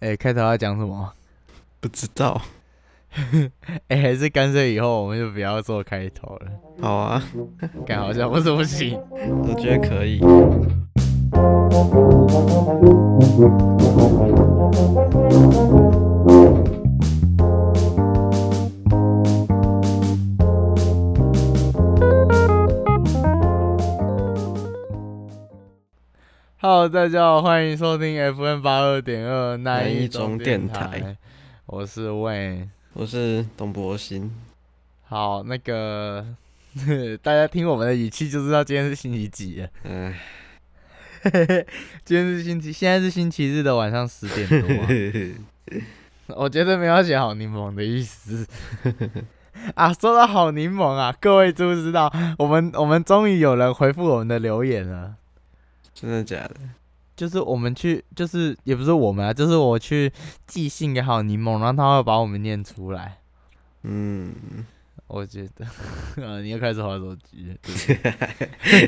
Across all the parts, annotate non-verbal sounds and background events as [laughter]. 哎、开头要讲什么？不知道。哎、还是干脆以后我们就不要做开头了，好啊，感好像不是不行。我觉得可以。 Hello，大家好，欢迎收听 FM 八二点二那南一一中电电台我是 Wayne。我是董博鑫，好，那个 [laughs] 大家听我们的语气就知道今天是星期几了。 [laughs] 嗯，今天是星期，现在是星期日的晚上十点多啊、 [laughs] 我觉得没有写好柠檬的意思。 [laughs] 啊，说到好柠檬啊，各位知不知道，我们我们终于有人回复我们的留言了。真的假的？就是我们去，就是也不是我们啊，就是我去寄信给好柠檬，让他会把我们念出来。嗯，我觉得， [laughs] 呃，你又开始划手机了。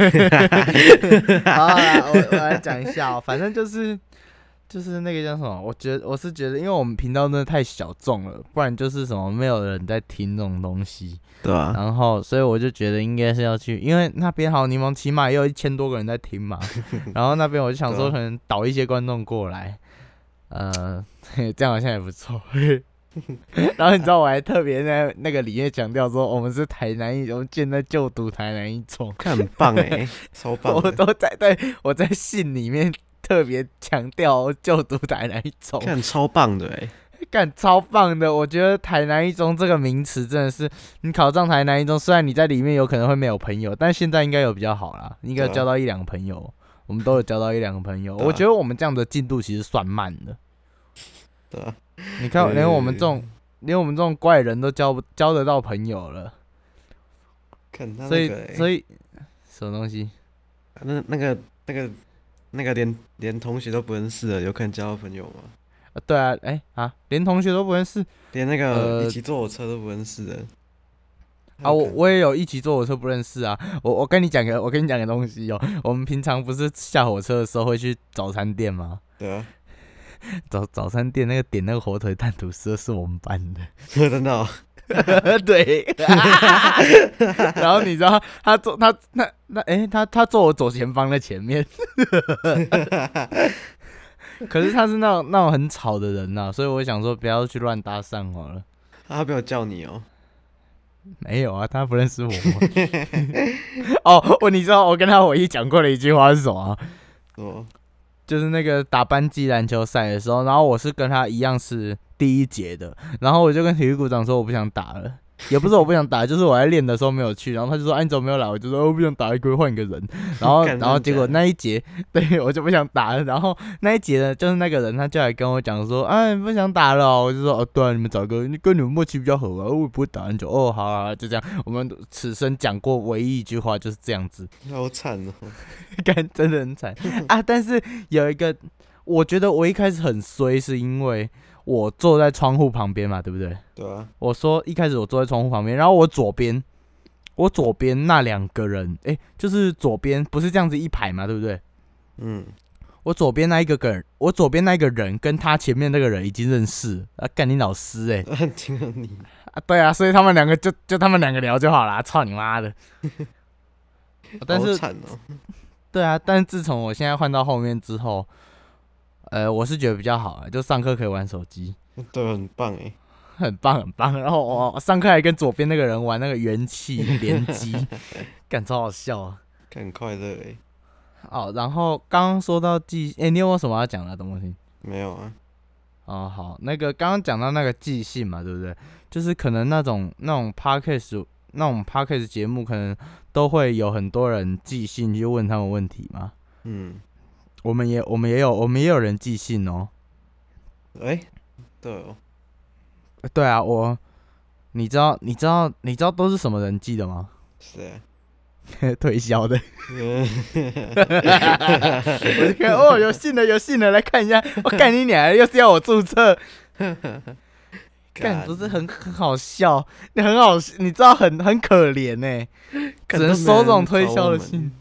[laughs] 好啦，我我来讲一下、哦，反正就是就是那个叫什么，我觉得我是觉得，因为我们频道真的太小众了，不然就是什么没有人在听这种东西，对啊，然后所以我就觉得应该是要去，因为那边好柠檬起码也有一千多个人在听 [laughs] 嘛，然后那边我就想对说啊可能导一些观众过来， [laughs] 呃，这样好像也不错。 [laughs] 然后你知道我还特别在那个里面强调说，我们是台南一，我们现在就读台南一中。看很棒哎、超 [laughs] 棒我的，都在在我在信里面特别强调就读台南一中，看超棒的哎、干超棒的！我觉得台南一中这个名词真的是，你考上台南一中，虽然你在里面有可能会没有朋友，但现在应该有比较好啦，应该有对啊交到一两个朋友。我们都有交到一两个朋友，对啊我觉得我们这样的进度其实算慢的。对啊，你看，对连我们这种连我们这种怪人都交不交得到朋友了，看他所那以个、欸，所以什么东西？那那个那个那个连连同学都不认识的，有可能交到朋友吗？啊对啊，哎、啊，连同学都不认识，连那个呃一起坐我车都不认识的。啊，我那可能我也有一起坐火车不认识啊。我我跟你讲个，我跟你讲个东西哦。我们平常不是下火车的时候会去早餐店吗？对啊， [laughs] 早早餐店那个点那个火腿蛋吐司是我们班真的哦、的，对。 [laughs] 然后你知道他坐他那那诶，他他坐我左前方的前面。 [laughs] 可是他是那种那种很吵的人呐、所以我想说不要去乱搭讪好了。他没有叫你哦、没有啊，他不认识我吗。哦，我你知道我跟他唯一讲过的一句话是什么啊？说就是那个打班级篮球赛的时候，然后我是跟他一样是第一节的，然后我就跟体育股长说我不想打了， [laughs] 也不是我不想打，就是我在练的时候没有去，然后他就说哎、你怎么没有来？我就说、哦我不想打，可以换一个人，然后干然后真的结果假的那一节 [laughs] 对我就不想打了，然后 [laughs] 那一节呢就是那个人他就来跟我讲说哎、不想打了哦，我就说哦对啊，你们找一个跟你们默契比较合啊，我也不会打篮球哦，好啊好啊就这样，我们此生讲过唯一一句话就是这样子，好惨哦、干真的很惨啊！但是有一个，我觉得我一开始很衰，是因为我坐在窗户旁边嘛，对不对？对啊，我说一开始我坐在窗户旁边，然后我左边，我左边那两个人，诶，就是左边不是这样子一排嘛，对不对？嗯，我左边那一个人，我左边那一个人跟他前面那个人已经认识了啊，干你老师诶。听到你，啊，对啊，所以他们两个就就他们两个聊就好啦，操你妈的！啊但是好惨哦、对啊，但自从我现在换到后面之后，呃，我是觉得比较好啊，就上课可以玩手机，对，很棒哎，很棒很棒。然后我我上课还跟左边那个人玩那个元气联机，感超好笑啊！很快乐哎，哦，然后刚刚说到寄，哎、你有没有什么要讲的东西？没有啊，哦，好，那个刚刚讲到那个寄信嘛，对不对？就是可能那种那种 podcast 那种 podcast 节目，可能都会有很多人寄信去问他们问题嘛。嗯，我们也我们也有我们也有人寄信哦。哎、对哦，呃对啊，我，你知道，你知道，你知道都是什么人寄的吗？ [laughs] 是啊，推销的。 [laughs] 嗯我就看，哦，有信了，有信了，来看一下。我、干你娘，又是要我注册，干不是很很好笑？你很好，你知道很很可怜呢、干只能都没有收这种人推找销我的们信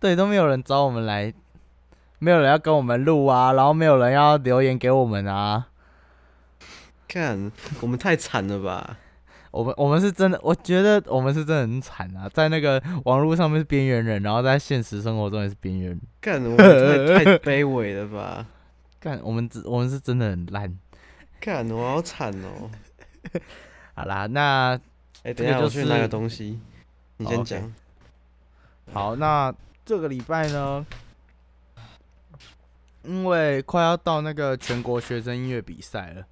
对，都没有人找我们来没有人要跟我们录啊，然后没有人要留言给我们啊。看我们太惨了吧？我们我们是真的，我觉得我们是真的很惨啊，在那个网络上面是边缘人，然后在现实生活中也是边缘人。看我们太太卑微了吧？干，我们只我们是真的很烂。看我好惨哦！好啦，那哎、等一这个下就我去拿是个东西，你哦先，OK 讲。好，那这个礼拜呢，因为快要到那个全国学生音乐比赛了，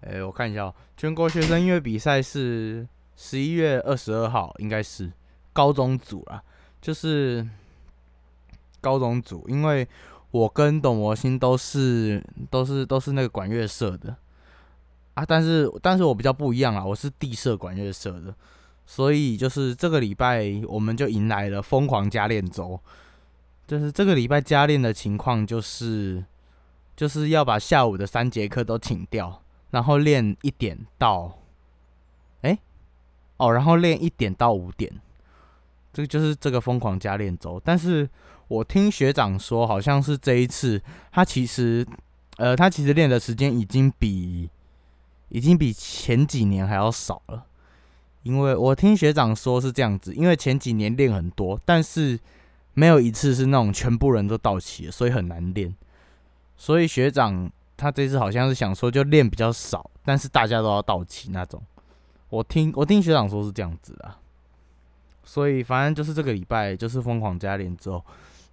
哎、我看一下、哦，全国学生音乐比赛是十一月二十二号，应该是高中组啦，就是高中组，因为我跟董魔星都是都是都是那个管乐社的啊，但是但是我比较不一样啦，我是地社管乐社的，所以就是这个礼拜我们就迎来了疯狂加练周，就是这个礼拜加练的情况就是就是要把下午的三节课都请掉，然后练一点到，哎、哦，然后练一点到五点，这个就是这个疯狂加练周。但是我听学长说，好像是这一次他其实呃他其实练的时间已经比已经比前几年还要少了。因为我听学长说是这样子，因为前几年练很多，但是没有一次是那种全部人都到齐了，所以很难练。所以学长他这次好像是想说就练比较少，但是大家都要到齐那种。我听我听学长说是这样子啊，所以反正就是这个礼拜就是疯狂加练之后，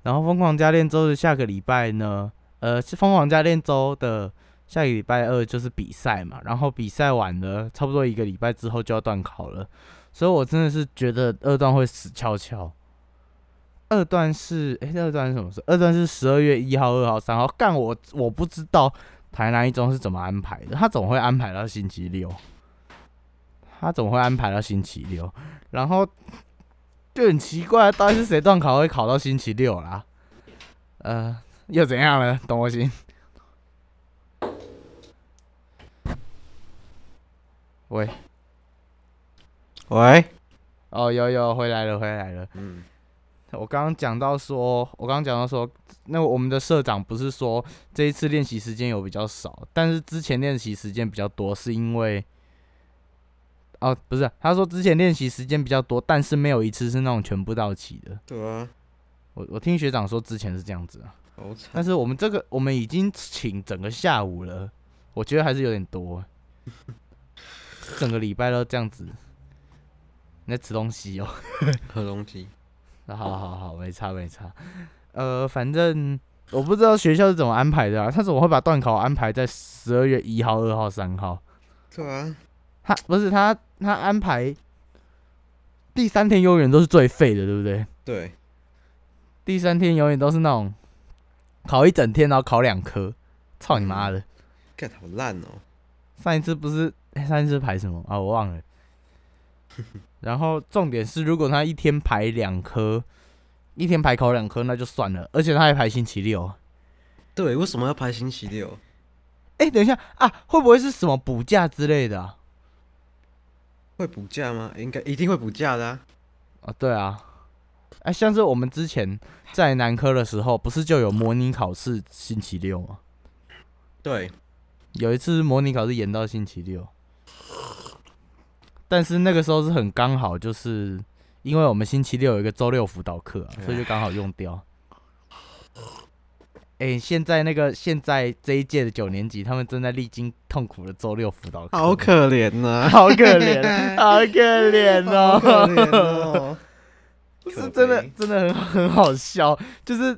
然后疯狂加练之后的下个礼拜呢，呃，是疯狂加练周的下个礼拜二就是比赛嘛，然后比赛完了，差不多一个礼拜之后就要断考了，所以我真的是觉得二段会死翘翘。二段是诶，二段是什么时候？二段是十二月一号、二号、三号。干我我不知道台南一中是怎么安排的，他总会安排到星期六，他总会安排到星期六，然后就很奇怪，到底是谁断考会考到星期六啦？呃，又怎样了？懂我心？喂，喂，哦，有有回来了，回来了。嗯，我刚刚讲到说，我刚刚讲到说，那我们的社长不是说这一次练习时间有比较少，但是之前练习时间比较多，是因为，哦，不是，他说之前练习时间比较多，但是没有一次是那种全部到齐的。对啊，我我听学长说之前是这样子啊，好但惨。是我们这个我们已经请整个下午了，我觉得还是有点多，整个礼拜都这样子。你在吃东西哦？喝东西，那 [laughs] 好好好，没差没差。呃，反正我不知道学校是怎么安排的啊，他怎么会把段考安排在十二月一号、二号、三号？对啊，他不是他他安排第三天永远都是最废的，对不对？对，第三天永远都是那种考一整天，然后考两科，操你妈的！干好烂哦、上一次不是、诶上一次排什么啊？我忘了。然后重点是，如果他一天排两科，一天排考两科那就算了，而且他还排星期六。对，为什么要排星期六？哎、等一下啊，会不会是什么补假之类的啊？会补假吗？应该一定会补假的、啊。啊对啊，哎、像是我们之前在南科的时候，不是就有模拟考试星期六吗？对，有一次模拟考试延到星期六，但是那个时候是很刚好，就是因为我们星期六有一个周六辅导课、啊，哎所以就刚好用掉。哎、现在那个现在这一届的九年级，他们正在历经痛苦的周六辅导课，好可怜啊呐、好可怜，好可怜 [laughs] 好可怜哦，哦、是真的可悲真的很很好 [laughs] 笑，就是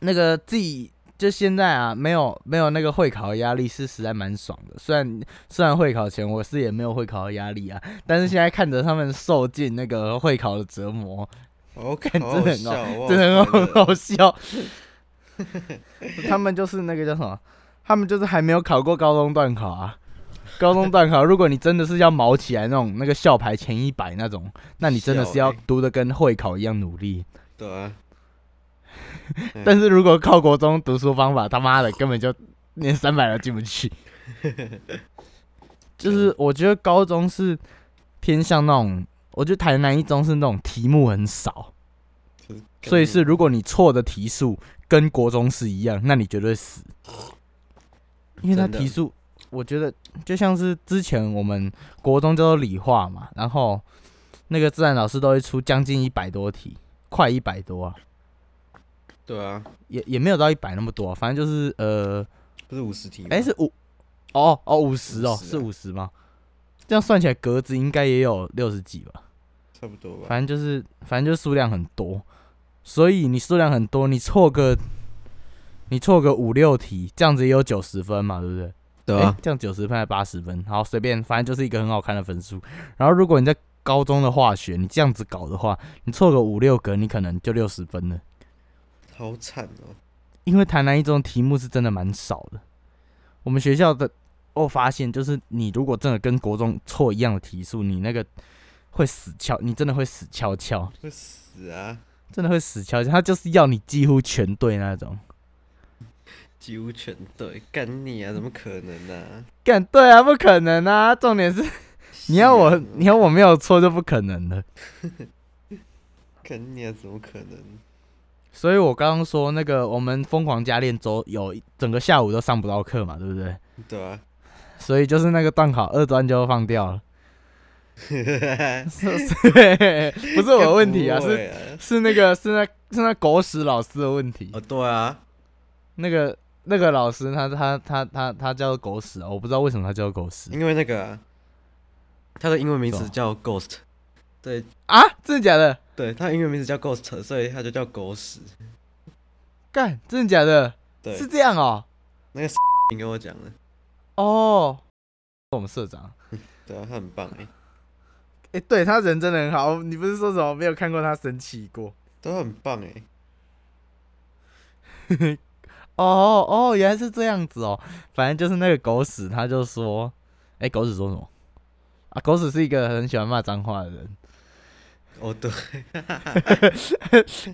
那个自己就现在啊，没有没有那个会考的压力是实在蛮爽的。虽然虽然会考前我是也没有会考的压力啊，但是现在看着他们受尽那个会考的折磨，好可看 [laughs] 真的很真的很好好笑哦真的好好 [laughs] 笑。他们就是那个叫什么？他们就是还没有考过高中段考啊。高中段考，如果你真的是要毛起来那种那个校牌前一百那种，那你真的是要笑欸读的跟会考一样努力。对啊，嗯但是如果靠国中读书方法，他妈的根本就连三百都进不 [laughs] 去。就是我觉得高中是偏向那种，我觉得台南一中是那种题目很少，就是所以是如果你错的题数跟国中是一样，那你绝对死，因为他真的题数，我觉得就像是之前我们国中叫做理化嘛，然后那个自然老师都会出将近一百多题，快一百多啊，对啊，也也没有到一百那么多啊、反正就是呃，不是五十题吗，哎、是五，哦哦五十哦， 50啊是五十吗？这样算起来格子应该也有六十几吧？差不多吧？反正就是，反正就是数量很多，所以你数量很多，你错个，你错个五六题，这样子也有九十分嘛，对不对？啊对啊诶，这样九十分还八十分，好随便，反正就是一个很好看的分数。然后如果你在高中的化学，你这样子搞的话，你错个五六格，你可能就六十分了，好惨哦。因为台南一中的题目是真的蛮少的。我们学校的，我发现就是你如果真的跟国中错一样的题数，你那个会死翘，你真的会死翘翘。会死啊！真的会死翘翘，他就是要你几乎全对那种。几乎全对，干你啊！怎么可能呢、啊？干对啊，不可能啊！重点是你要我，啊你要我没有错就不可能了。干你啊！怎么可能？所以我刚刚说那个我们疯狂加练周有一整个下午都上不到课嘛，对不对？[laughs] 对啊，所以就是那个段考二段就放掉了， [laughs] 是是不是我的问 [laughs] 题啊，干不是会啊是那个是那是那狗屎老师的问题。哦，对啊，那个那个老师他他他他他叫狗屎啊，我不知道为什么他叫狗屎因为那个啊、他的英文名是字哦叫 Ghost，对啊，真的假的？对，他的英文名字叫 Ghost，所以他就叫狗屎。干，真的假的？对，是这样哦、那个 [laughs] 你跟我讲的，哦，我们社长，对啊，他很棒哎、哎、对他人真的很好。你不是说什么没有看过他生气过？都很棒哎、 [laughs] 哦哦，原来是这样子哦。反正就是那个狗屎，他就说，哎、狗屎说什么？啊，狗屎是一个很喜欢骂脏话的人， [laughs] 哦对，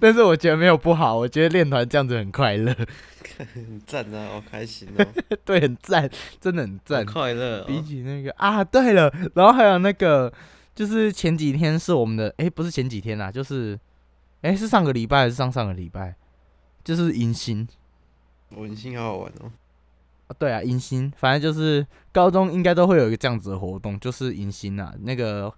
但是我觉得没有不好，我觉得练团这样子很快乐，很 [laughs] 赞啊，好开心哦，对，很赞，真的很好 [laughs] 赞。快乐、哦。比起那个啊，对了，然后还有那个，就是前几天是我们的，哎、不是前几天啦，就是，哎、是上个礼拜还是上上个礼拜？就是迎新文心好好玩哦，啊，对啊，迎新，反正就是高中应该都会有一个这样子的活动，就是迎新啊，那个，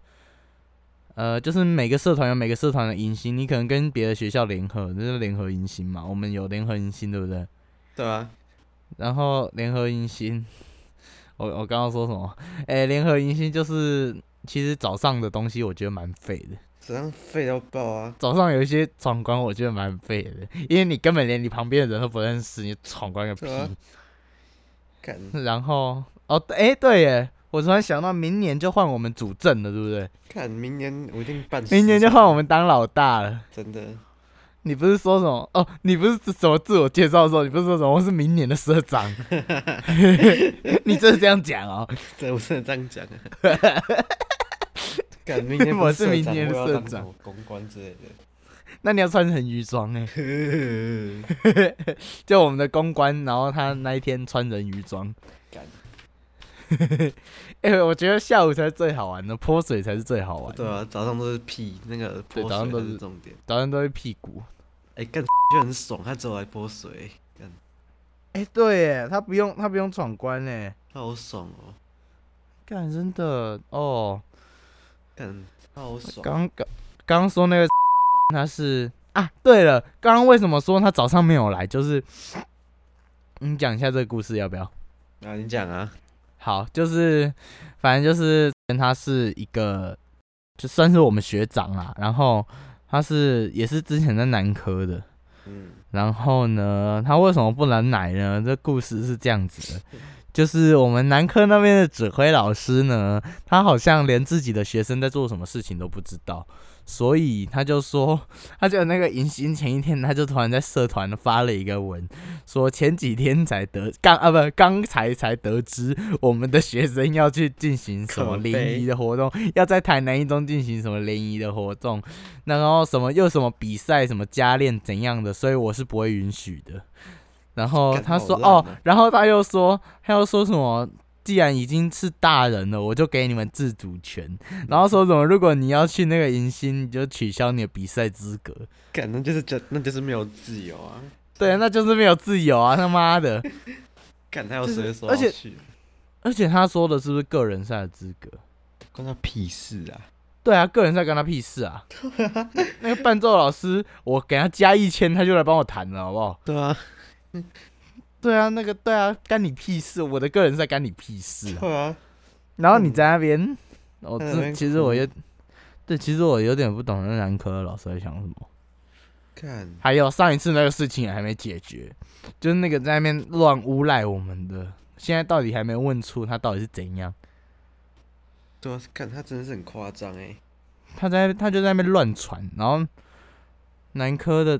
呃，就是每个社团有每个社团的迎新，你可能跟别的学校联合，就是联合迎新嘛，我们有联合迎新，对不对？对啊，然后联合迎新，我我刚刚说什么？哎、联合迎新就是其实早上的东西我觉得蛮废的，这样废到爆啊！早上有一些闯关我觉得蛮废的，因为你根本连你旁边的人都不认识，你闯关个屁对。啊干，然后哦，哎、对耶，我突然想到明年就换我们主政了，对不对？看明年我一定办。明年就换我，们当老大了。真的，你不是说什么？哦，你不是什么自我介绍的时候，你不是说什么我是明年的社长？ [laughs] 你真的这样讲哦？对我真的这样讲啊。 [laughs] 干，明年不我是社明长年的我要当社什长么公关之类那你要穿成鱼装哎、的。 [laughs] 就我们的公关，然后他那一天穿人鱼装 [laughs] 干。哎、我觉得下午才是最好玩的，泼水才是最好玩的。对啊，早上都是屁，那个哎对泼早上水都才是是重点。早上都会屁股。哎，干就很爽，他只有来泼水，干，哎、对耶，他不用他不用闯关哎，他好爽哦，干真的哦。干，他好爽。刚刚刚刚说那个 [laughs] 他是啊，对了，刚刚为什么说他早上没有来？就是你讲一下这个故事要不要？啊，你讲啊，好，就是反正就是他是一个，就算是我们学长啦。然后他是也是之前在南科的。嗯，然后呢，他为什么不能来呢？这故事是这样子的，就是我们南科那边的指挥老师呢，他好像连自己的学生在做什么事情都不知道，所以他就说， [laughs] 他就那个迎新前一天，他就突然在社团发了一个文，说前几天才得刚啊不刚才才得知我们的学生要去进行什么可悲联谊的活动，要在台南一中进行什么联谊的活动，然后什么又什么比赛什么加练怎样的，所以我是不会允许的。然后干他好说烂哦啊，然后他又说哦他又说什么，既然已经是大人了，我就给你们自主权。然后说什么，如果你要去那个迎新，你就取消你的比赛资格。干，那就是就那就是没有自由啊，对，那就是没有自由啊，他妈的！看他有谁说而且要去，而且他说的是不是个人赛的资格？关他屁事啊！对啊，个人赛干他屁事 [laughs] 啊！那个伴奏老师，我给他加一千，他就来帮我弹了，好不好？对啊，对啊，那个对啊，干你屁事！我的个人赛干你屁事、啊。嗯对啊， [laughs] 然后你在那边，我、在那这边其实我哭也对，其实我有点不懂那男科老师在想什么。看还有上一次那个事情还没解决，就是那个在那边乱诬赖我们的，现在到底还没问出他到底是怎样。对啊，看他真的是很夸张哎，他在他就在那边乱传，然后南科的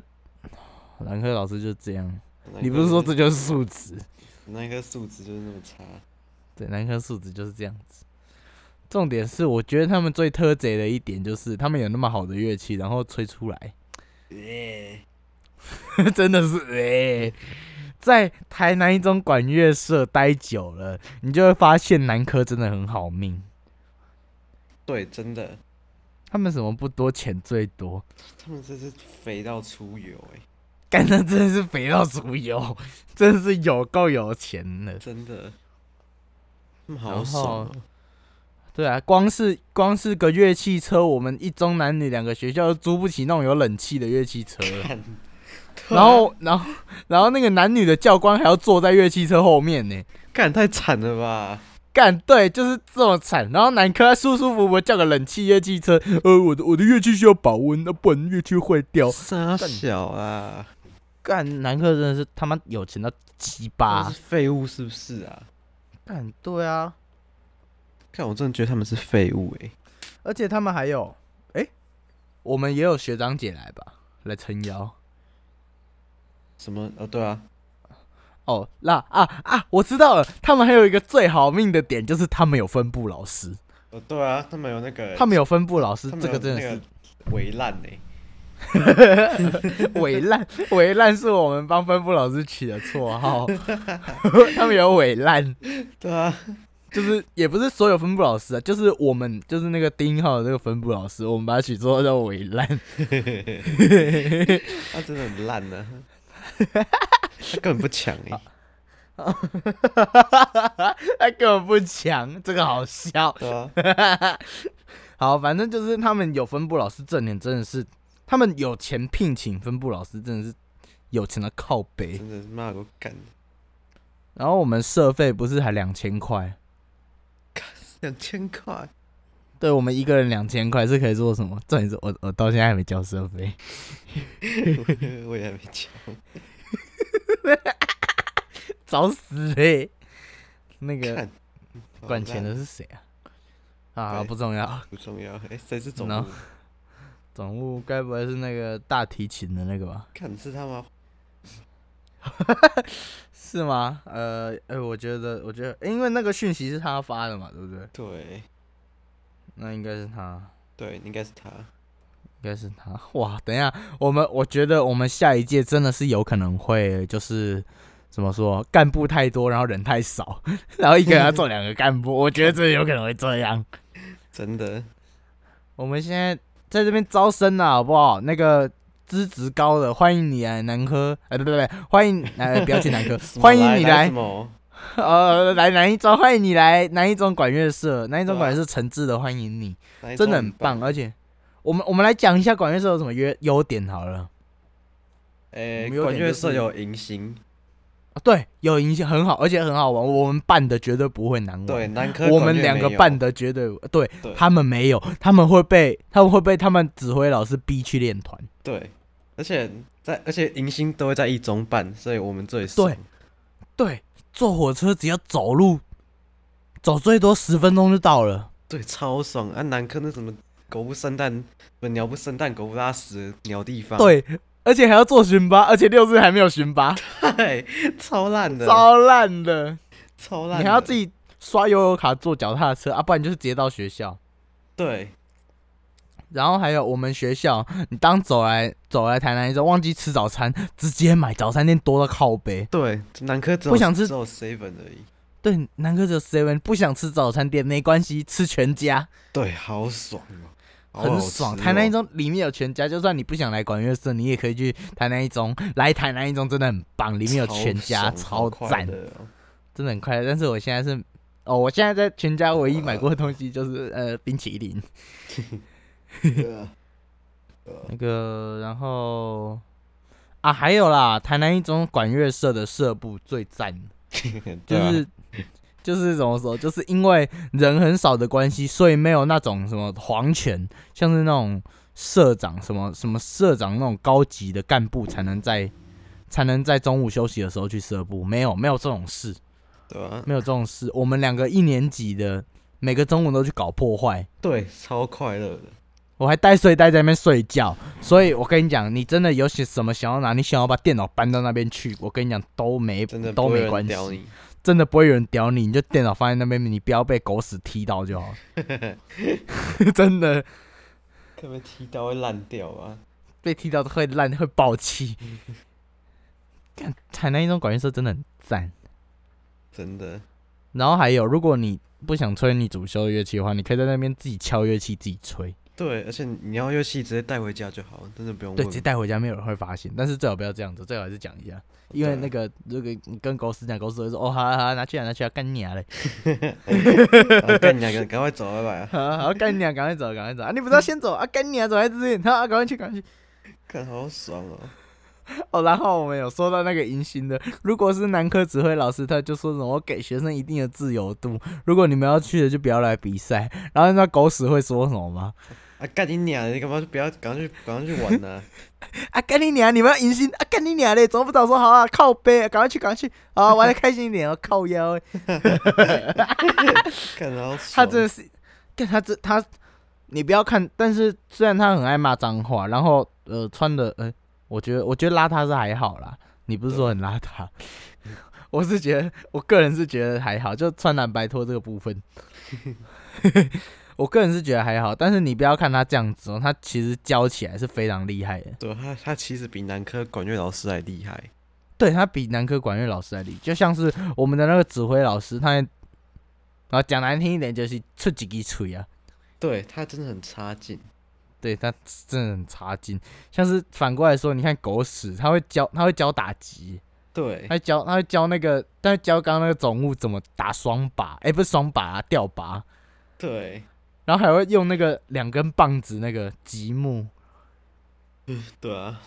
南科老师就这样。你不是说这就是素质？那一个素质就是那么差？对，南科素质就是这样子。重点是，我觉得他们最特贼的一点就是，他们有那么好的乐器，然后吹出来， [laughs] 耶，真的是哎、欸在台南一中管乐社待久了，你就会发现南科真的很好命。对，真的，他们什么不多，钱最多，他们真是肥到出油哎，干那真的是肥到出油， [laughs] 真的是有够有钱的。真的，他们好然爽后哦，对啊，光是光是个乐器车，我们一中男女两个学校都租不起那种有冷气的乐器车了。看，对啊然后，然后， [laughs] 然后那个男女的教官还要坐在乐器车后面呢。 [laughs] 干太惨了吧？干对，就是这么惨。然后男科舒舒服服叫个冷气乐器车，呃，我的我的乐器需要保温，那不然乐器会坏掉。傻小啊，干男科真的是他妈有钱到鸡他巴们。是废物是不是啊？干对啊，看我真的觉得他们是废物哎，而且他们还有，哎、我们也有学长姐来吧，来撑腰。什么？哦，对啊，哦，那啊啊，我知道了，他们还有一个最好命的点，就是他们有分部老师，哦，对啊，他们有那个，他们有分部老师，他们这个有真的那是个围烂哎， [laughs] 伪烂，伪烂是我们帮分部老师取的绰号，他们有伪烂，对啊，就是也不是所有分部老师啊，就是我们就是那个丁浩的那个分部老师，我们把它取绰号叫伪烂， [laughs] 他真的很烂呢、他根本不强哎、他根本不强，这个好笑。 [laughs] 对啊，好，反正就是他们有分部老师，这点真的是他们有钱聘请分部老师，真的是有钱的靠背。真的是骂我干然后我们社费不是还两千块？两千块，对我们一个人两千块是可以做什么？重点是我我到现在还没交社费， [laughs] 我也还没交。找死嘞、那个看，好管钱烂的是谁啊？啊，对不重要。不重要，哎、谁是总 No 部？总务该不会是那个大提琴的那个吧？看是他吗？是吗？呃，哎、我觉得，我觉得，因为那个讯息是他发的嘛，对不对？对那应该是他。对，应该是他。应该是他。 [laughs] 哇，等一下，我们我觉得我们下一届真的是有可能会就是怎么说，干部太多，然后人太少， [laughs] 然后一个人要做两个干部，我觉得这有可能会这 [laughs] 样。真的，我们现在在这边招生啊，好不好？那个资质高的，欢迎你来南科，呃，不对不对，欢迎 [laughs] 呃，不要去南科什，么欢迎你来来什，么？ [laughs] 呃，来南一中，欢迎你来南一中管乐社，南一中对啊管乐社诚挚的欢迎你，哪一真的种很棒，。而且我们我们来讲一下管乐社有什么优优点好了。哎、我们有管点乐就是社有迎新，啊，对，有影响，很好，而且很好玩。我们办的绝对不会难玩。对，南科嗯我管们乐两没个有办，的绝对对，对他们没有，他们会被他们会被他们指挥老师逼去练团。对，而且在而且迎新都会在一中办，所以我们最对爽对，坐火车只要走路，走最多十分钟就到了。对，超爽啊！南科那什么狗不生蛋，不鸟不生蛋，狗不拉屎，鸟地方，对，而且还要做巡巴，而且六日还没有巡巴，对，超烂的，超烂的。超烂的，你还要自己刷悠游卡坐脚踏车啊，不然就是直接到学校。对，然后还有我们学校，你当走来走来台南一周，忘记吃早餐，直接买早餐店多到靠背。对，南科只有不想吃只有 seven 而已，对，南哥只有 seven，不想吃早餐店没关系，吃全家。对，好爽哦、好好很吃爽。哦台南一中里面有全家，就算你不想来管乐社，你也可以去台南一中。来台南一中真的很棒，里面有超全家，爽超好快赞，乐哦 [laughs] 真的很快乐。但是我现在是，哦，我现在在全家唯一买过的东西就是呃冰淇淋，啊 [laughs] 那个然后啊还有啦，台南一中管乐社的社部最赞，就对啊是、 [laughs] 就是怎么说，就是因为人很少的关系，所以没有那种什么皇权，像是那种社长什么什么社长那种高级的干部才能在才能在中午休息的时候去社部，没有没有这种事，对啊，没有这种事。我们两个一年级的，每个中午都去搞破坏。对，超快乐的。我还带睡袋在那边睡觉，所以我跟你讲，你真的有些什么想要拿，你想要把电脑搬到那边去，我跟你讲都没真的都不会有没人关系，屌你，真的不会有人屌你，你就电脑放在那边，你不要被狗屎踢到就好。 [laughs] 真的特别踢到会烂掉啊！被踢到会烂，会爆气。看台南一中管乐社真的很赞。真的，然后还有，如果你不想吹你主修的乐器的话，你可以在那边自己敲乐器，自己吹。对，而且你要乐器直接带回家就好，真的不用对，问。直接带回家，没有人会发现。但是最好不要这样子，最好还是讲一下，因为那个如果你跟狗屎讲，狗屎会说哦，好啊好啊，拿去啊，拿去啊，干你啊嘞，啊干你啊，赶赶快走，拜拜 [laughs] 啊！好啊好啊干你啊，赶快走，赶快走啊！你不是要先走啊？干你啊，走在之前，好啊，赶快去，赶快去。看好爽哦，哦，然后我们有说到那个迎新的，如果是男科指挥老师，他就说什么我给学生一定的自由度，如果你们要去的就不要来比赛。然后那狗屎会说什么吗？啊干你娘！你干嘛就不要赶快去赶快去玩 [laughs] 呢、啊，干你娘！你们要迎新啊，干你娘嘞！怎么不早说好啊？靠背、赶快去，赶快去，好啊，玩的开心一点哦，靠腰、欸。看好爽，他真的是，但他这他，你不要看，但是虽然他很爱骂脏话，然后呃穿的呃，我觉得我觉得邋遢是还好啦，你不是说很邋遢？ [laughs] 我是觉得，我个人是觉得还好，就穿蓝白拖这个部分， [laughs] 我个人是觉得还好。但是你不要看他这样子哦，他其实教起来是非常厉害的，对他他其实比南科管乐老师还厉害，对他比南科管乐老师还厉害，就像是我们的那个指挥老师，他也，然后讲难听一点就是出几支嘴啊，对他真的很差劲，对他真的很差劲。像是反过来说，你看狗屎，他会教他会教打击，对他，会教他会教那个，他会教刚刚那个总务怎么打双把，哎、不是双把、啊，吊把，对，然后还会用那个两根棒子那个积木，对啊，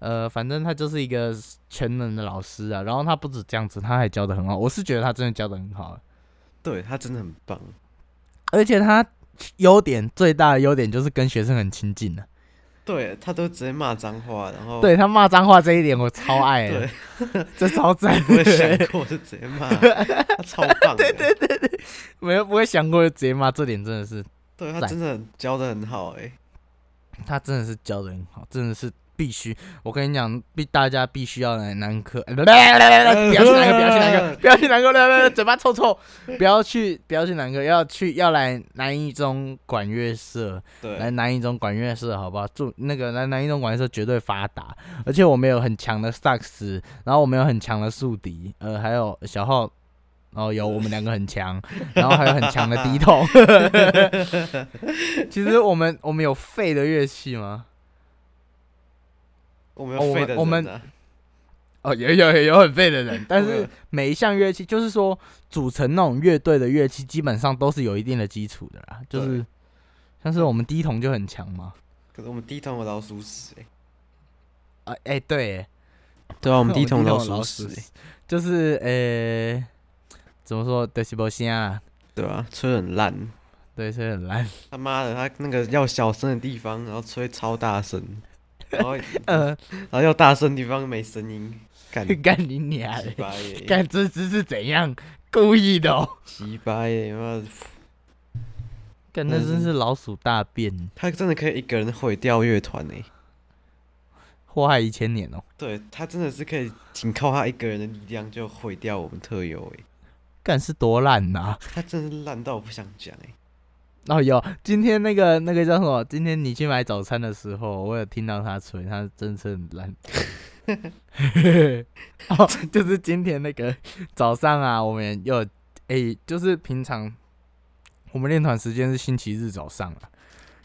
呃，反正他就是一个全能的老师啊。然后他不止这样子，他还教的很好，我是觉得他真的教的很好，啊对他真的很棒，而且他优点最大的优点就是跟学生很亲近的、对他都直接骂脏话，然后对他骂脏话这一点我超爱的哦对，， [laughs] 这超赞，不会 [laughs] 想过就直接 [laughs] 骂，他超棒的，对对对，没有不会想过就直接骂，这点真的是他赞真的教的很好哎、他真的是教的很好，真的是必须。我跟你讲，必大家必须要来南科，呃不来来来来来，不要去南科，不要去南科，不要去南科，来来来，嘴巴臭臭，不要去不要去南科，要去要来南一中管乐社，对，来南一中管乐社，好不好？祝那个来南一中管乐社绝对发达，而且我们有很强的萨克斯，然后我们有很强的竖笛，呃，还有小号，哦，有我们两个很强， [laughs] 然后还有很强的笛筒。 [laughs] 其实我们我们有废的乐器吗？我们哦有我废们的我人们啊哦，有有有有很废的人，但我们是有每一项乐器，就是说组成那种乐队的乐器，基本上都是有一定的基础的啦，就是对像是我们第一筒就很强嘛，可是我们第一桶有老鼠屎哎、啊，哎、对耶，对 [laughs] 啊，我我们第一桶有老鼠屎、欸，就是呃、怎么说，德西伯西啊，对啊，吹得很烂，对，所以很烂。他妈的，他那个要小声的地方，然后吹超大声，然后 [laughs] 呃，然后要大声的地方没声音， [laughs] 干干你娘鸡嘞！巴耶，干这只是怎样故意的、哦？鸡巴耶，妈的，干嗯那真是老鼠大便，他真的可以一个人毁掉乐团哎，祸害一千年哦！对他真的是可以仅靠他一个人的力量就毁掉我们特优哎、干是多烂呐、他真是烂到我不想讲哎、哦有，今天那个那个叫什么？今天你去买早餐的时候，我有听到他吹，他真是很烂。哦，就是今天那个早上啊，我们有诶、就是平常我们练团时间是星期日早上啊，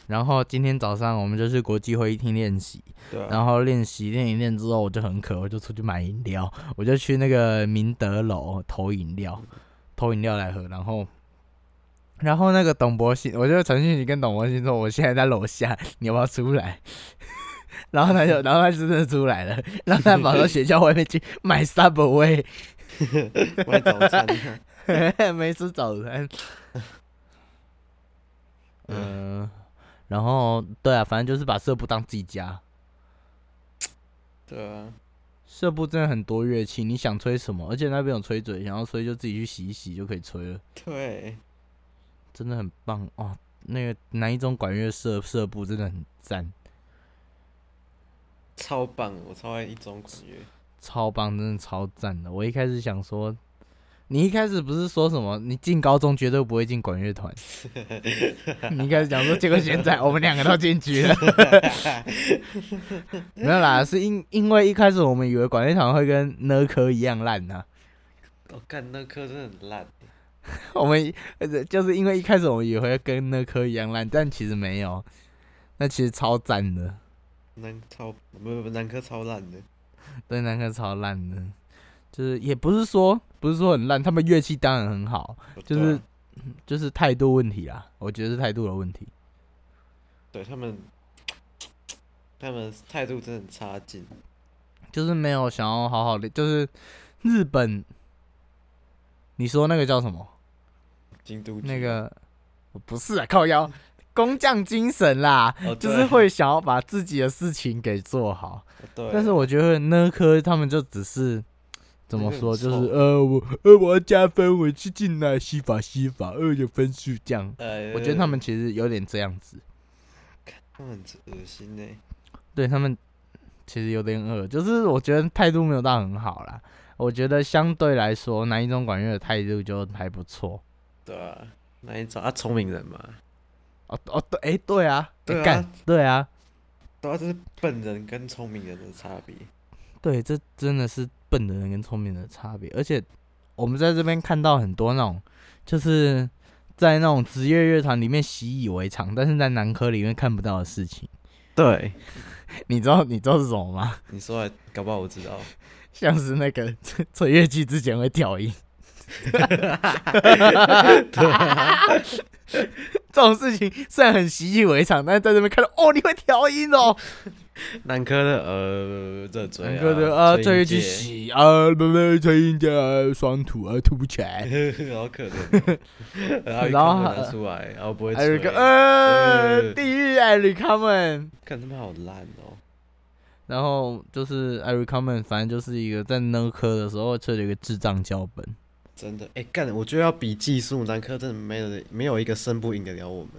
然后今天早上我们就去国际会议厅练习，对啊，然后练习练一练之后，我就很渴，我就出去买饮料， [laughs] 我就去那个明德楼投饮料，投饮料来喝。然后，然后那个董博鑫，我就陈信你跟董博鑫说，我现在在楼下，你要不要出来？ [laughs] 然后他就，然后他就真的出来了，然后他跑到学校外面去买 Subway， [laughs] 买早餐啊，没吃早餐。嗯，嗯、然后对啊，反正就是把社部当自己家。对啊，社部真的很多乐器，你想吹什么？而且那边有吹嘴，想要吹就自己去洗一洗就可以吹了，对，真的很棒哦。那个南一中管乐社社部真的很赞，超棒，我超爱一中管乐，超棒，真的超赞的。我一开始想说，你一开始不是说什么你进高中绝对不会进管乐团，你一开始讲说，结果现在我们两个都进去了，没有啦，是因因为一开始我们以为管乐团会跟呢科一样烂啊呐、我哦干那科真的很烂， [laughs] 我们一呃就是因为一开始我们以为跟那颗一样烂，但其实没有，那其实超赞的，南超不不不南科超烂的，对，那颗超烂的，就是也不是说不是说很烂，他们乐器当然很好，就是嗯对啊就是态度问题啦，我觉得是态度的问题。对他们，他们态度真的很差劲，就是没有想要好好的，就是日本，你说那个叫什么？京都那个不是啊，靠腰，工匠精神啦，嗯哦就是对会想要把自己的事情给做好。对，但是我觉得呢科他们就只是怎么那个很说，就是臭呃我呃我要加分，我是进来西法西法，呃有分数这样。呃，我觉得他们其实有点这样子，他们很恶心呢、对他们其实有点恶，就是我觉得态度没有到很好啦。我觉得相对来说，南一中管乐的态度就还不错。对啊，那一种啊聪明人嘛，哦哦对，哎、对啊，哎对啊干对啊，对啊，这是笨人跟聪明人的差别，对，这真的是笨的人跟聪明人的差别。而且我们在这边看到很多那种，就是在那种职业乐团里面习以为常，但是在南科里面看不到的事情。对，你知道你知道是什么吗？ [laughs] 你说来，搞不好我知道， [laughs] 像是那个吹乐器之前会调音， [laughs] 这种事情虽然很习以为常，但是在这边看到哦，你会调音哦，南科的呃热嘴、啊，南科的啊，吹乐一器洗啊，不不，吹音的双吐啊，吐不起来。 [laughs] 好可 [laughs] 怜、哦，然后一然后看就还拿出来，然后不会艾吹瑞克，，呃，对地狱艾瑞卡们。看他们好烂哦，然后就是艾瑞卡们，反正就是一个在呢科的时候吹了一个智障脚本。真的，哎、干，我觉得要比技术，南科真的没有没有一个胜不赢得了我们，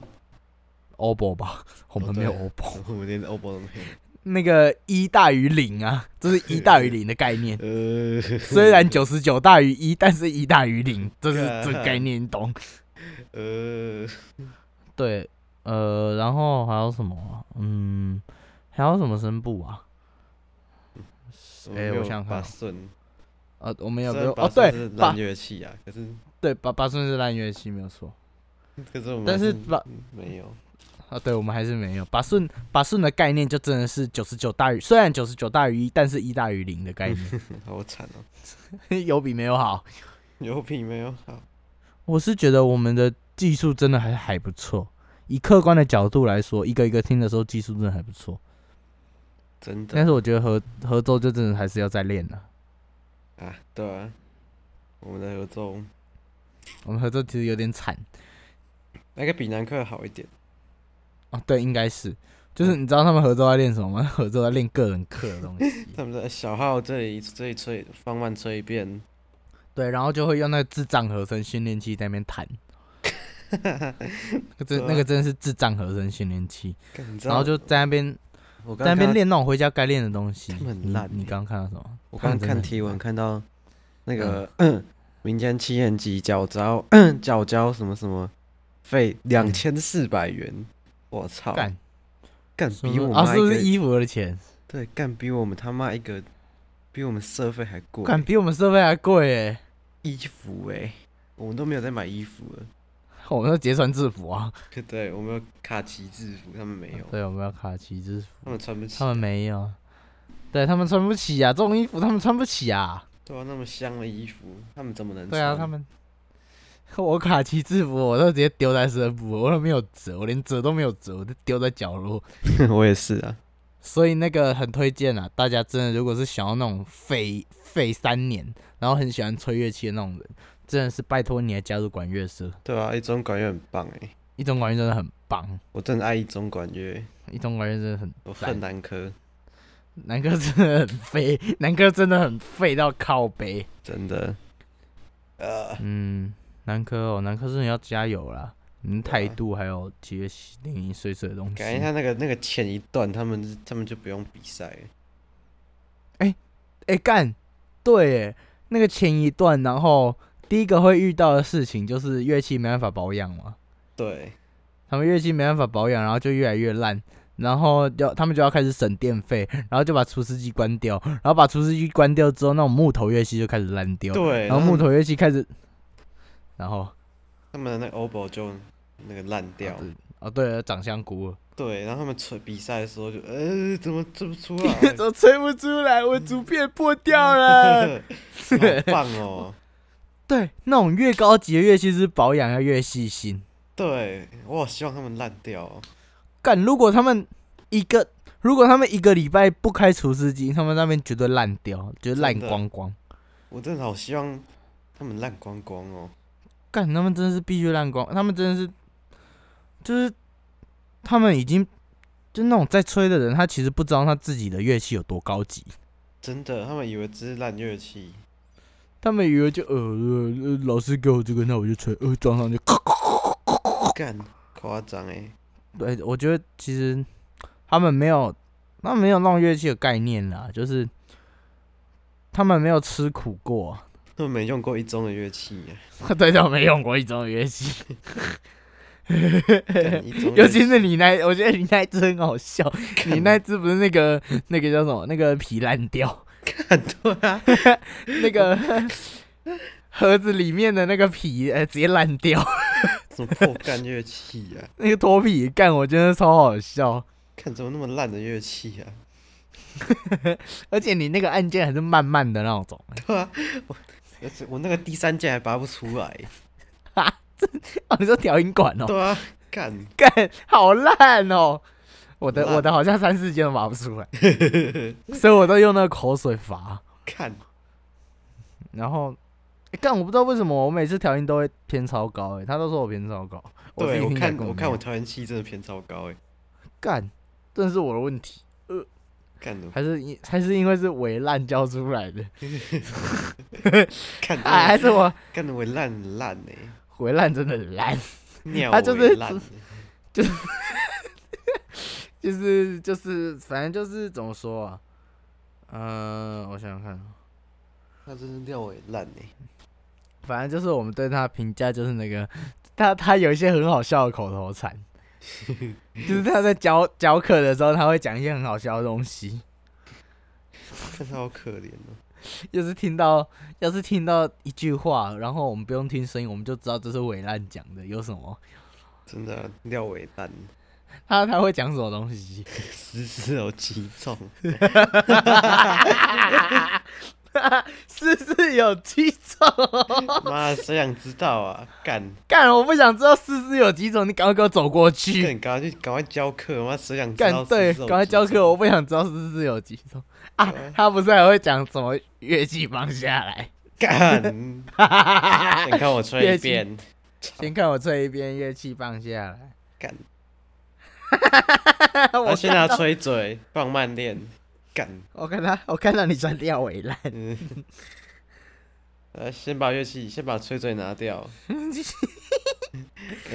OPPO 吧，我们没有 OPPO，、我们连 OPPO 都没有，。那个一大于零啊，这是一大于零的概念 [laughs] 呃，虽然九十九大于一，但是一大于零，这是这个概念，你 [laughs] 懂？呃，对，呃，然后还有什么啊、嗯，还有什么声部啊？哎、我想想看把哦，顺，呃，我们有虽没然有？拔哦，对顺，是八烂乐器啊，可是对八八寸是烂乐器，没有错。可是我们但还是把嗯没有，啊，对，我们还是没有把顺把顺的概念就真的是九十九大于，虽然九十九大于一，但是一大于零的概好惨哦，念， [laughs] 有比没有好。有比没有好，我是觉得我们的技术真的还还不错，以客观的角度来说，一个一个听的时候技术真的还不错，真的但是我觉得合合奏就真的还是要再练了。啊，对啊，我们的合奏我们合奏其实有点惨那个比南科好一点，啊，对，应该是，就是你知道他们合奏在练什么吗？ [laughs] 合奏在练个人课的东西，他们在小号这里这里吹放慢吹一遍， [laughs] 对，然后就会用那个智障和声训练器在那边弹，那个真那个真的是智障和声训练器。干你知道然后就在那边我在那刚边刚练那种回家该练的东西。他们很你烂你欸刚刚看到什么？我他刚刚们真的看很嗯提文烂，看到那个 [coughs] 民间七年级缴招嗯 [coughs] 缴交什么什么费两千四百元，我操，干干是不比是我啊，妈是一不是个衣服的钱？对干比我们他妈一个比我们社费还贵，欸干比我们设备还贵哎！衣服哎，我们都没有在买衣服了， [laughs] 我们要结穿制服啊，对，我们有卡其制服，他们没有，对，我们要卡其制服，他们穿不起。他们没有，对他们穿不起啊，这种衣服他们穿不起啊，对啊，那么香的衣服，他们怎么能穿？对啊，他们。 [laughs] 我卡其制服，我都直接丢在身部，我都没有折，我连折都没有折，我就丢在角落。 [laughs] 我也是啊，所以那个很推荐啊，大家真的如果是想要那种废废三年，然后很喜欢吹乐器的那种人，真的是拜托你来加入管乐社。对啊，一中管乐很棒哎、一中管乐真的很棒，我真的爱一中管乐，一中管乐真的很我赞恨南科，南哥真的很废， [laughs] 南哥真的很废到靠背。真的。呃，嗯，南哥哦，南哥真的要加油啦！你的态对啊度还有这些零零碎碎的东西感，觉他那个那个前一段，他们他们就不用比赛了，哎干，对耶，那个前一段，然后第一个会遇到的事情就是乐器没办法保养嘛。对，他们乐器没办法保养，然后就越来越烂，然后要他们就要开始省电费，然后就把除湿机关掉，然后把除湿机关掉之后，那种木头乐器就开始烂掉，对，然后木他们头乐器开始，然后他们的那 oboe 就那个烂掉，哦对了，长香菇 [laughs] 了，对，然后他们吹比赛的时候就呃怎么吹不出来， [laughs] 怎么吹不出来？我竹片破掉 [laughs] 了。 [laughs] 好棒哦，对，那种越高级的乐器是保养要越细心。对，我好希望他们烂掉、哦，干，如果他们一个，如果他们一个礼拜不开除湿机，他们那边绝对烂掉，绝对烂真的光光。我真的好希望他们烂光光哦，干，他们真的是必须烂光，他们真的是，就是他们已经就那种在吹的人，他其实不知道他自己的乐器有多高级，真的，他们以为只是烂乐器，他们以为就呃呃呃老师给我这个，那我就吹，呃装上就。干夸张哎，对，我觉得其实他们没有，他们没有弄乐器的概念啦，就是他们没有吃苦过， [laughs] 他们没用过一中的乐器啊耶，对他们没用过一种乐器。 [laughs] 干一中尤乐其器是你那，我觉得你那一只很好笑，你那只不是那个那个叫什么？那个皮烂掉，对啊， [laughs] 那个盒子里面的那个皮，呃，直接烂掉，什么破干乐器啊呀、那个脱皮干，我觉得超好笑。看怎么那么烂的乐器啊！而且你那个按键还是慢慢的那种， [laughs] 而且我那个第三键还拔不出来。哦，你说调音管 [laughs] 哦，对啊，干，干，好烂哦。我的烂我的好像三四键都拔不出来，所以我都用那个口水拔。看，然后，欸干、我不知道为什么我每次调音都会偏超高、欸，哎，他都说我偏超高，自对己我听起来看根本我没看有我调音器真的偏超高哎，干，真的是我的问题，[laughs] 干的，还是因还是因为是伪烂教出来的，看哎，还的是我干的我烂很烂哎， [laughs] 伪烂真的很烂，尿他啊就我也是烂欸，就是就是反正就是怎么说啊，呃，我想想看，他真是尿我也烂哎，反正就是我们对他的评价就是那个，他他有一些很好笑的口头禅，就是他在教教课的时候，他会讲一些很好笑的东西。看他好可怜哦。要是听到，要是听到一句话，然后我们不用听声音，我们就知道这是伟烂讲的。有什么？真的啊尿尾蛋，他他会讲什么东西？ [laughs] 十之有其中，是是有几种？妈，谁想知道啊？ [laughs] 干，干，我不想知道是是有几种，你赶快给我走过去。干，赶快去，赶快教课，妈，谁想知道干十之对有，其中？赶快教课，我不想知道是是有几种啊！他不是还会讲什么乐器放下来？ [laughs] 干，你看我吹乐一器 [laughs] 遍，先看我吹一遍乐器放下来。干。我他先拿吹嘴，放慢练，干，我看他，我看到你穿吊尾烂。嗯，呃，先把乐器，先把吹嘴拿掉。那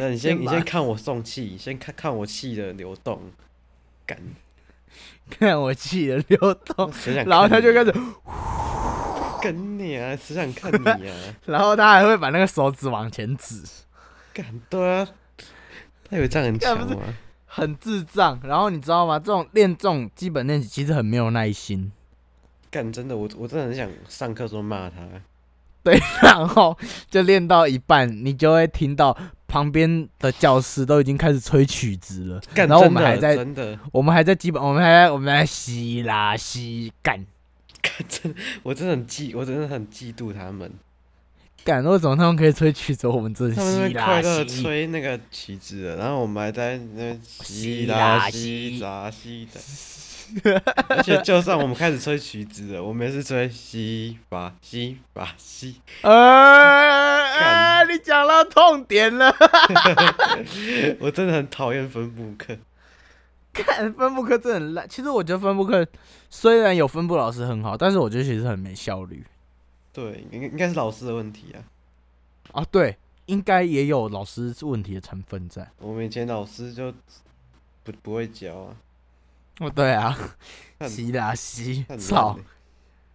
你先，先你把先看我送气，你先看看我气的流动，干，看我气的流动我，谁 [laughs] 想看你哦啊？然后他就开始，跟你啊，谁想看你啊？然后他还会把那个手指往前指，干，对啊，他以为这样很干强啊不是吗？很智障。然后你知道吗？这种练这种基本练习其实很没有耐心。干，真的，我我真的很想上课时候骂他，然后就练到一半，你就会听到旁边的教室都已经开始吹曲子了，干然后我真们的还在真的， [laughs] 我们还在基本，我们还在我们还在吸啦吸干干真的，我真的很嫉，我真的很嫉妒他们，干，为什么他们可以吹曲子，我们真的他们吸在快啦乐地吸吹那个旗子了，然后我们还在那吸吸啦啦吸吸啦吸 [laughs] 的，而且就算我们开始吹曲子了，我们也是吹西法西法西，呃呃，干你讲到痛点了， [laughs] 我真的很讨厌分布课，看分部课真的很烂。其实我觉得分部课虽然有分部老师很好，但是我觉得其实很没效率对，应应该是老师的问题啊。啊。对，应该也有老师问题的成分在。我们以前老师就不不会教啊，哦，对啊，看吸啦吸看，啊操！，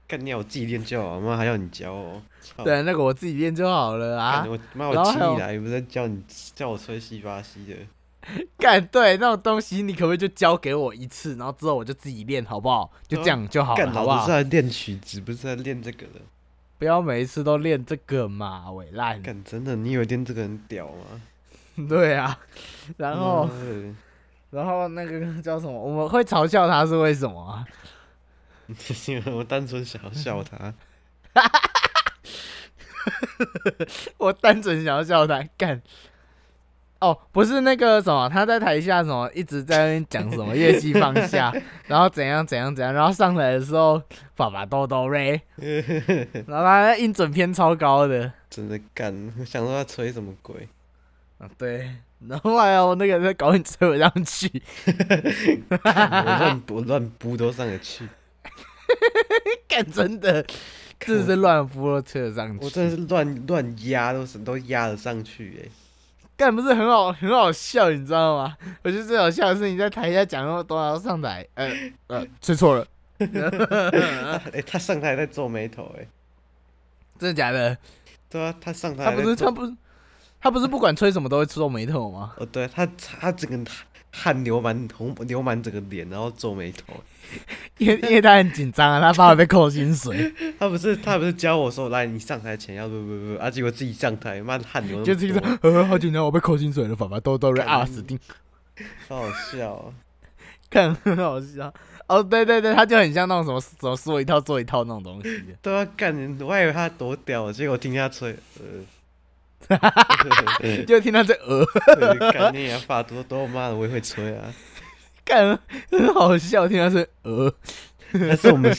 干你啊！我自己练就好，妈还要你教哦，操！对，那个我自己练就好了啊干。我妈然我后气还有你来，不是叫你叫我吹西巴西的，干对那种东西，你可不可以就教给我一次，然后之后我就自己练，好不好？就这样就好了，干好不老子好是？在练曲子，不是在练这个的。不要每一次都练这个嘛，伟烂。 [laughs] 干真的，你有一天这个人屌吗？对啊，然后、妈的然后那个叫什么，我们会嘲笑他是为什么啊？因为我单纯想要笑 [laughs] 他，我单纯想要笑他干。哦，不是那个什么，他在台下什么一直在那边讲什么乐器放下，然后怎样怎样怎样，然后上来的时候爸爸豆豆 [laughs] 嘞，然后他音准偏超高的，真的干，我想说他吹什么 [laughs] 鬼？啊，对。然后后来我那个人在搞你追不上去，我乱我乱扑都上得去，干真的，真是乱扑都追得上我去，真的是乱乱压都是都压得上去哎、干不是很好很好笑，你知道吗？我觉得最好笑的是你在台下讲那么多，然后上台，呃呃，吹错了，哎、他上台还在皱眉头哎、真的假的？对啊，他上台他还不在是皱他不是他不是不管吹什么都会皱眉头吗？哦，对他他整个汗汗流满红流满整个脸，然后皱眉头。因 [laughs] 为因为他很紧张啊，他怕我被扣薪水，他不是他不是教我说，来你上台前要不不不，啊结果自己上台，妈的汗流那么就是一个多呃好紧张，我被扣薪水了，爸爸都都会啊嗯干死定。超好笑、哦。看很好笑。哦，对对对，他就很像那种什么什么说一套做一套那种东西。对啊，干，我还以为他多屌，结果听他吹， [laughs] 呃，就听到这呃，干你啊，发多多妈的，我也会吹啊。干很好笑，听到这呃，但是我们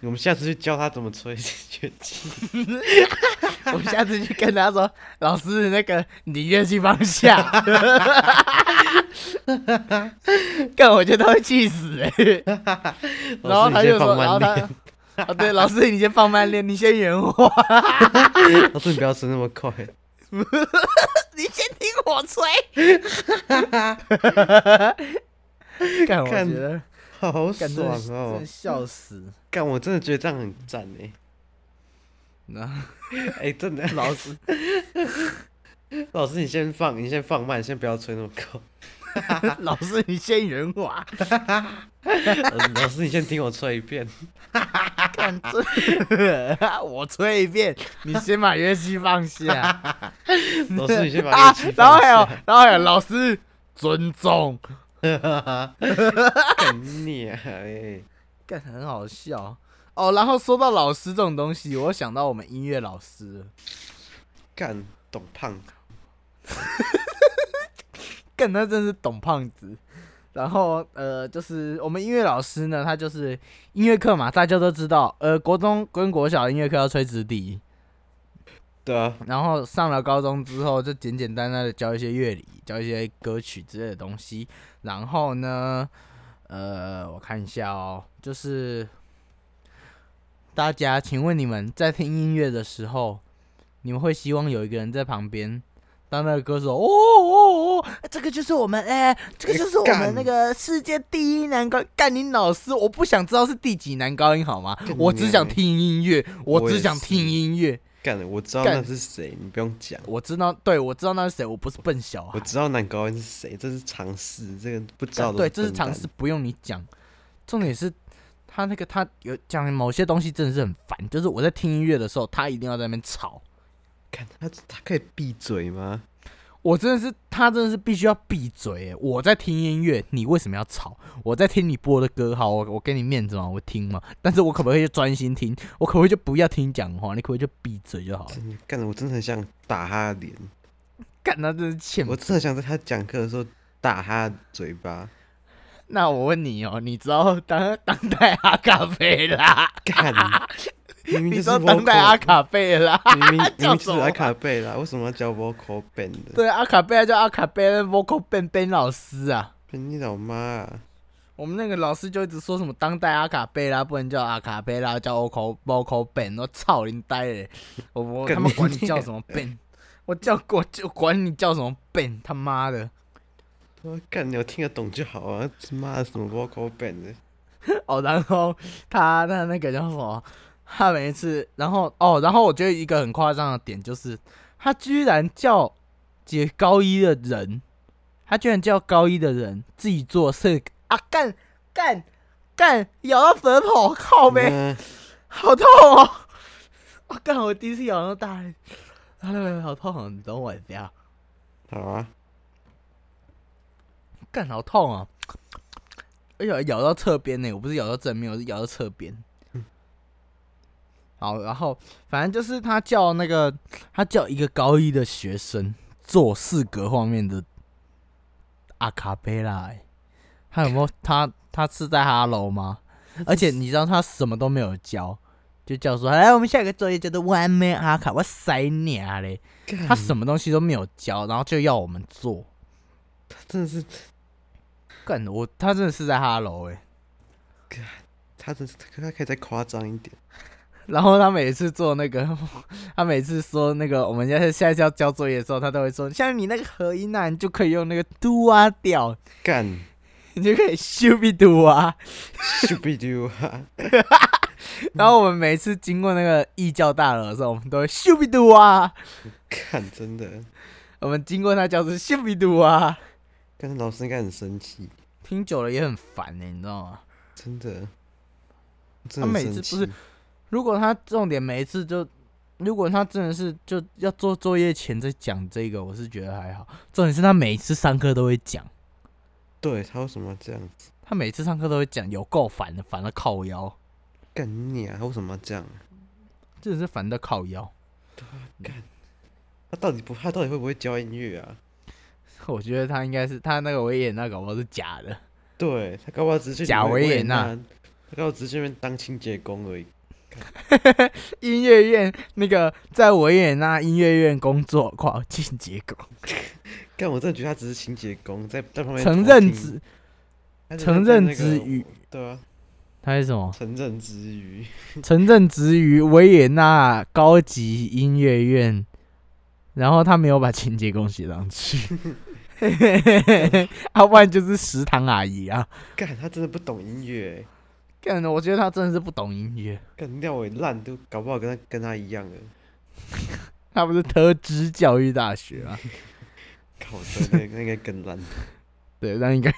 我们下次去教他怎么吹乐器。 [laughs] 我下次去跟他说，老师那个你乐器放下。 [laughs] 干，我觉得他会气死哎、然后老他师就你先说，放然后慢他点，，啊对，老师你先放慢练，你先圆我，老师你不要吹那么快。 [laughs] 你先听我吹。干，我干觉得好干爽真的真哦的！笑死。干，我真的觉得这样很赞哎！那哎、真的，老师，老师你先放，你先放慢，先不要吹那么高。老师，你先圆滑，老师老师你先听我吹一遍。看这， [laughs] 我吹一遍，你先把乐器放 [laughs] 下老师你先把啊乐 [laughs] 器，然后放还有下。，然后还有老师尊重，干你啊！哎、干很好笑哦。然后说到老师这种东西，我想到我们音乐老师了，干董胖子，干他真是懂胖子。然后呃，就是我们音乐老师呢，他就是音乐课嘛，大家都知道，呃，国中跟国小音乐课要吹直笛，对啊，然后上了高中之后，就简简单单的教一些乐理，教一些歌曲之类的东西。然后呢，呃，我看一下哦，就是大家，请问你们在听音乐的时候，你们会希望有一个人在旁边？当那个歌手，哦哦哦，这个就是我们，哎、这个就是我们干那个世界第一男高干你老师，我不想知道是第几男高音好吗？干我你只想娘欸听音乐，我我只也想是听音乐。干我知道干那是谁，你不用讲，我知道，对我知道那是谁，我不是笨小孩我。知道男高音是谁，这是常识，这个不知干道的。对，这是常识，。不用你讲。重点是他那个他有讲某些东西真的是很烦，就是我在听音乐的时候，他一定要在那边吵，看他，他可以闭嘴吗？我真的是，他真的是必须要闭嘴耶。我在听音乐，你为什么要吵？我在听你播的歌，好，我我给你面子嘛，我听嘛。但是我可不可以就专心听？我可不可以就不要听你讲话？你可不可以就闭嘴就好了？嗯干的我真的很想打他的脸， [laughs] 干，那真是欠我真的想在他讲课的时候打他的嘴巴。那我问你哦，你知道当当代阿卡贝拉？ [laughs] 干，明明你知就是道当代 vocal 阿卡贝拉？明明明叫什明是么阿卡贝拉，为什么要叫 vocal band [laughs] 的？对，阿卡贝拉叫阿卡贝拉 vocal Ben Ben 老师啊。你老妈啊！我们那个老师就一直说什么当代阿卡贝拉不能叫阿卡贝拉，叫 vocal vocal Ben。我操你呆嘞！我我干他妈你管你叫什么 Ben，我叫我就管你叫什么 Ben，他妈的！我干，你有听得懂就好啊！他妈的什么 vocal band 的？哦，然后 [laughs] 他他那个叫什么？他每一次，然后哦，然后我觉得一个很夸张的点就是，他居然叫姐高一的人，他居然叫高一的人自己做事啊，干干干，咬到舌头，靠呗，嗯好痛哦！ [laughs] 我、干，我第一次咬到大人， [laughs] 啊，好痛哦，你等我一下，好啊，干好痛啊！哎呦，咬到侧边呢，我不是咬到正面，我是咬到侧边。好，然后反正就是他叫那个，他叫一个高一的学生做四格画面的阿卡贝拉、欸，他有没有他他是在哈喽吗？而且你知道他什么都没有教，就叫说哎来我们下一个作业叫做 One Man 阿卡，我塞你啊嘞！干他什么东西都没有教，然后就要我们做，他真的是，干我他真的是在哈喽哎、他真是，他可以再夸张一点。然后他每次做那个，他每次说那个我们现在下一次要交作业的时候，他都会说，像你那个合音啊，你就可以用那个嘟啊调，干，你就可以 [laughs] 咻比嘟啊。咻比丢啊！然后我们每次经过那个异教大楼的时候，我们都会咻比嘟啊。 [laughs] 干，真的，我们经过他教室咻比嘟啊，但是老师应该很生气，听久了也很烦欸呢、你知道吗？真的。他真的很每次生不是气如果他重点每一次就，如果他真的是就要做作业前在讲这个，我是觉得还好。重点是他每一次上课都会讲。对他为什么要这样子？他每次上课都会讲有够烦的，烦到靠腰，干你啊！他为什么要这样？真的是烦到靠腰。他到底不，他到底会不会教音乐啊？ [laughs] 我觉得他应该是他那个维也纳搞不好是假的，对他搞不好只是去贾维维也也纳，啊他搞不好只是去那边当清洁工而已。 [laughs] 音乐院那个在维也纳音乐院工作跨境结果，但我真的觉得他只是清洁工，在在旁边承偷认听之他只是承在认那个之余，对啊，他是什么？承认之余，承认之于维也纳高级音乐院，然后他没有把清洁工写上 [laughs] 去，要不然就是食堂阿姨啊。干他真的不懂音乐干，我觉得他真的是不懂音乐。欸，干廖伟烂都搞不好跟他跟他一样的，他不是特支教育大学啊？搞得那个那个更烂。对，那应该。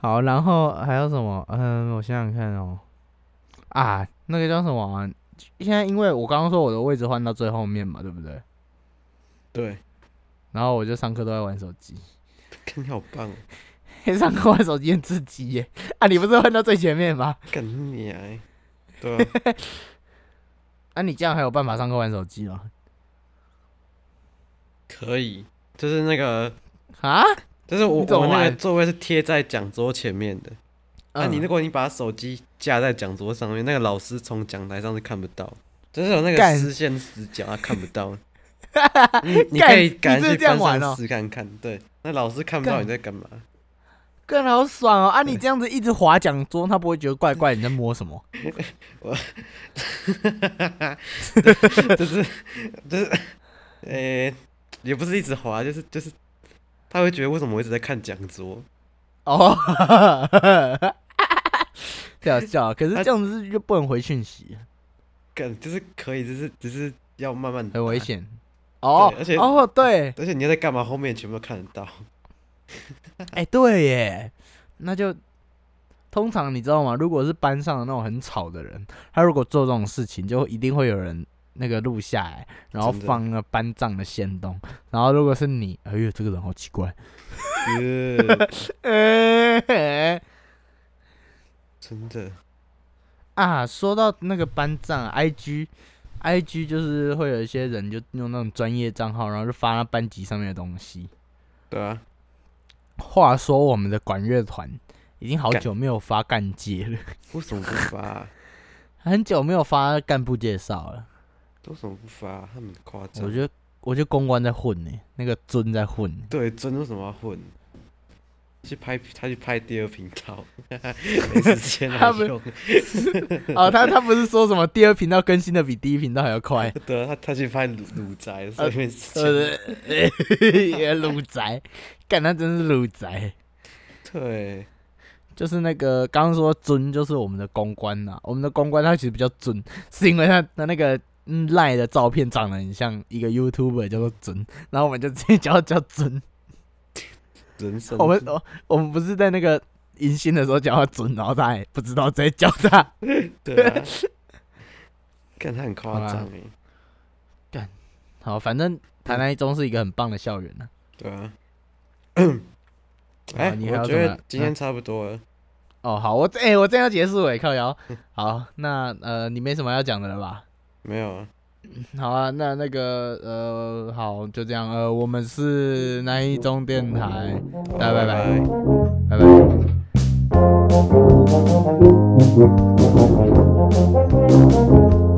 好，然后还有什么？嗯，我想想看哦。啊，那个叫什么啊、现在因为我刚刚说我的位置换到最后面嘛，对不对？ [laughs] 对，然后我就上课都在玩手机， [laughs] 干你好棒哦，上课玩手机很刺激耶！啊，你不是换到最前面吗？干你啊欸！[laughs] 对啊，啊，你这样还有办法上课玩手机哦？可以，就是那个，啊？就是我你怎么我那个玩座位是贴在讲桌前面的，那、啊你嗯如果你把手机架在讲桌上面，那个老师从讲台上是看不到，就是有那干个视线死角，他看不 [laughs] 到。你你可干以赶你真的去这样班玩哦上试看看，对，那老师看不到干你在 [laughs] 干嘛，干好爽哦！啊，你对这样子一直滑讲桌，他不会觉得怪怪你在摸什么？就是就是，呃、也不是一直滑，就是就是，他会觉得为什么我一直在看讲桌？哦， [laughs] 笑笑，可是这样子是就不能回讯息，干就是可以，就是只是要慢慢，很危。险。哦对而且，哦，对，而且你在干嘛？后面全部都看得 [laughs] 到。哎，对耶，那就通常你知道吗？如果是班上的那种很吵的人，他如果做这种事情，就一定会有人那个录下来，然后真的放那个班长的线动。然后如果是你，哎呦，这个人好奇 [laughs] 怪，呃哎、哎真的，啊，说到那个班啊长，IG，IG 就是会有一些人就用那种专业账号，然后就发那班级上面的东西。对啊，话说我们的管乐团已经好干久没有发干界了， [laughs] 为什么不发啊？很久没有发干部介绍了。为什么不发啊？他们夸张我。觉得，我觉得公关在混呢、那个尊在混、欸。对，真为什么要混？去拍他去拍第二频 [laughs] 道，没时间来他们用。哦，他他不是说什么第二频道更新的比第一频道还要 [laughs] 快？对啊，他他去拍鲁鲁宅，所以没时间。 [laughs] 呃，也鲁宅，干他真是鲁宅。对，就是那个刚刚说尊，就是我们的公关呐、我们的公关他其实比较尊，是因为他的那个嗯赖的照片长得很像一个 YouTuber 叫做尊，然后我们就直接叫他叫尊。人生我们我我们不是在那个迎新的时候叫他尊，然后他还不知道直接叫他。对啊，看他很夸好啦张哎， [laughs] 好，反正台南一中是一个很棒的校园呢、对啊。啊。 [coughs] 哎，你还我有觉什么得？今天差不多了。哦，好，我这哎、我这样要结束哎、靠摇。 [laughs] 好，那呃，你没什么要讲的了吧？没有啊，好啊，那那个呃，好，就这样，呃，我们是南一中电台，大家拜拜，拜。拜拜。 Thank